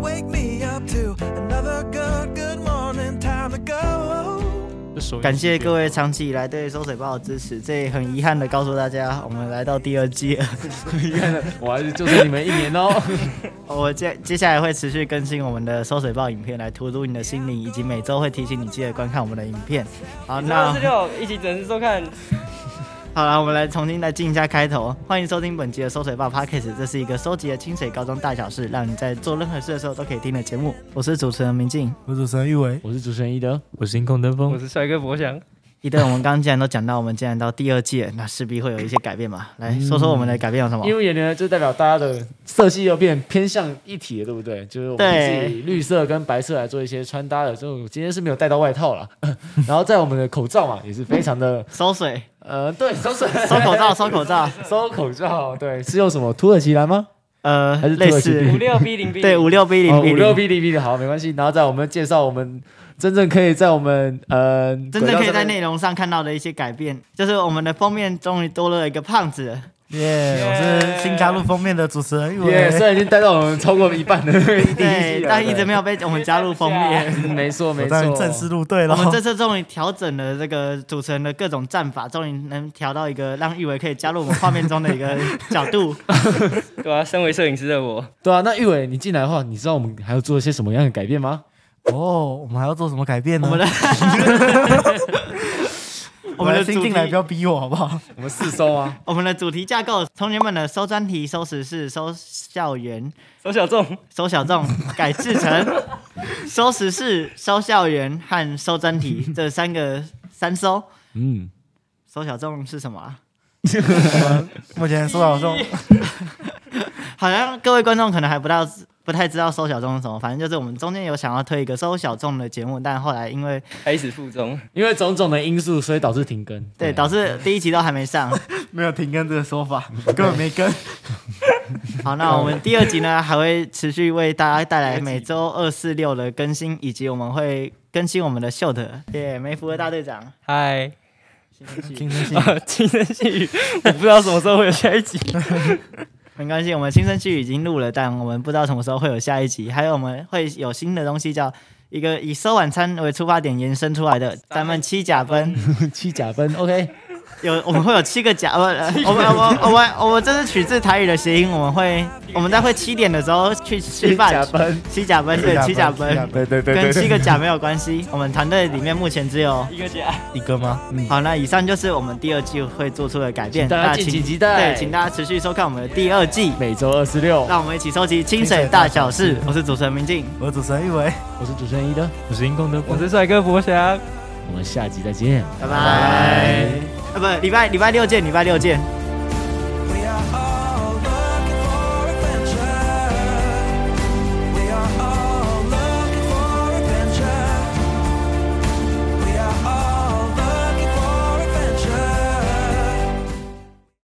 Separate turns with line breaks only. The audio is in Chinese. wake me up to another good, good morning, time to go.
就手
感谢各
位，
位长期以来对收水报的支持，这也很遗憾的告诉大家，我们来到第二季了。
我还是就是你们一年哦。
我接接下来会持续更新我们的收水报影片，来荼毒你的心灵，以及每周会提醒你记得观看我们的影片。好，
二
那
四六一起准时收看。
好了，我们来重新来进一下开头。欢迎收听本集的收水报 Podcast，这是一个收集了清水高中大小事，让你在做任何事的时候都可以听的节目。我是主持人明静。
我主持人玉伟，
我是主持人一德，我是星空登
我
峰。
是帅哥博翔，
一对，我们刚刚既然都讲到，我们既然到第二季了，那势必会有一些改变嘛。
嗯
来说说我们的改变有什么？
因为演呢，就代表大家的色系又变偏向一体了，对不对？就是我们
对
是以绿色跟白色来做一些穿搭的。这种今天是没有带到外套啦， 然后在我们的口罩嘛，也是非常的
收水，
呃， 对，收收
收口 罩，收口罩。
收口罩，对，是用什么土耳其来吗？
呃，
还是
类
土耳其
似
五六 B 零 B
对五六 B 零
哦，
B
五六
零，
B D B 的好，没关系。然后在我们介绍我们真正可以在我们呃
真正可以在
内
内容上看到的一些改变，就是我们的封面终于多了一个胖子了。
耶！我是新加入封面的主持人玉
耶，
伟。
虽然已经带到我们超过一半的 第一季
对，
了
但一直没有被我们加入封 面。
对没错没
我
错
当，正式入队了
我，们这次终于调整了这个主持人的各种战法，终于能调到一个让玉伟可以加入我们画面中的一个角 度。
对啊，身为摄影师的我，
对啊。那玉伟，你进来的话，你知道我们还要做一些什么样的改变吗？
哦，我们还要做什么改变呢？
我们的我们的
新
主
进来不
题，
要逼我好不好？
我们四收啊，
我们的主题架构从原本的收专题、收时事、收校园、
收小众，
收小众，改制成 收时事、收校园和收专题这三个三收。
嗯，
收小众是什么、啊？
目前收到众，
好像各位观众可能还不到不太知道收小众是什么，反正就是我们中间有想要推一个收小众的节目，但后来因为
开始附中，
因为种种的因素，所以导致停更。啊
对导致第一集都还没上。
没有停更这个说法， 根本没更。
好，那我们第二集呢还会持续为大家带来每周二四六的更新，以及我们会更新我们的秀的耶，梅福的大队长。
嗨，
今 天性
啊，轻声细语，我不知道什么时候会有下一集。
没关系，我们新生剧已经录了，但我们不知道什么时候会有下一集，还有我们会有新的东西叫。一个以收晚餐为出发点延伸出来的，咱们七甲 分，
七甲分，OK，
有我们会有七个甲，呃呃我们我们我们我们这是取自台语的谐音，我们会我们在会七点的时候去吃
甲
饭，
分，
七甲分对七甲分，
对对
跟七个甲没有关系。我们团队里面目前只有
一个假，
一个吗？
好，那以上就是我们第二季会做出的改变，
请大家
那
敬请期待
对，请大家持续收看我们的第二季，
每周二十六，
让我们一起收集清水大小事。我是主持人明静，
我主持人玉伟。
我是主持人一德，我是音控的，
我是帅哥博翔。
我们下集再见。
拜拜。啊，不，礼拜礼拜六见，礼拜六见。